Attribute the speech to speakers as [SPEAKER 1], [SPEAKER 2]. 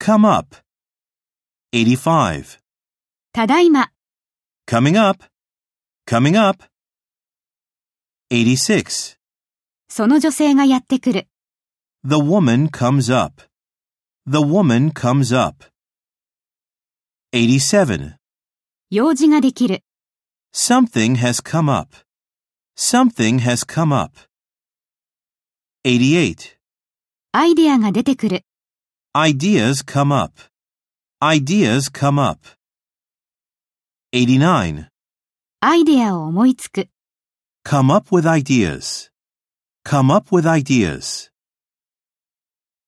[SPEAKER 1] Come up. 85.
[SPEAKER 2] ただいま、
[SPEAKER 1] Coming up. Coming up. 86.
[SPEAKER 2] その女性がやってくる。
[SPEAKER 1] The woman comes up. The woman comes up. 87.
[SPEAKER 2] 用事ができる。
[SPEAKER 1] Something has come up. Something has come up. 88.
[SPEAKER 2] アイデアが出てくる。
[SPEAKER 1] Ideas come up. Ideas come up. 89.
[SPEAKER 2] アイデアを思いつく。
[SPEAKER 1] Come up with ideas. Come up with ideas.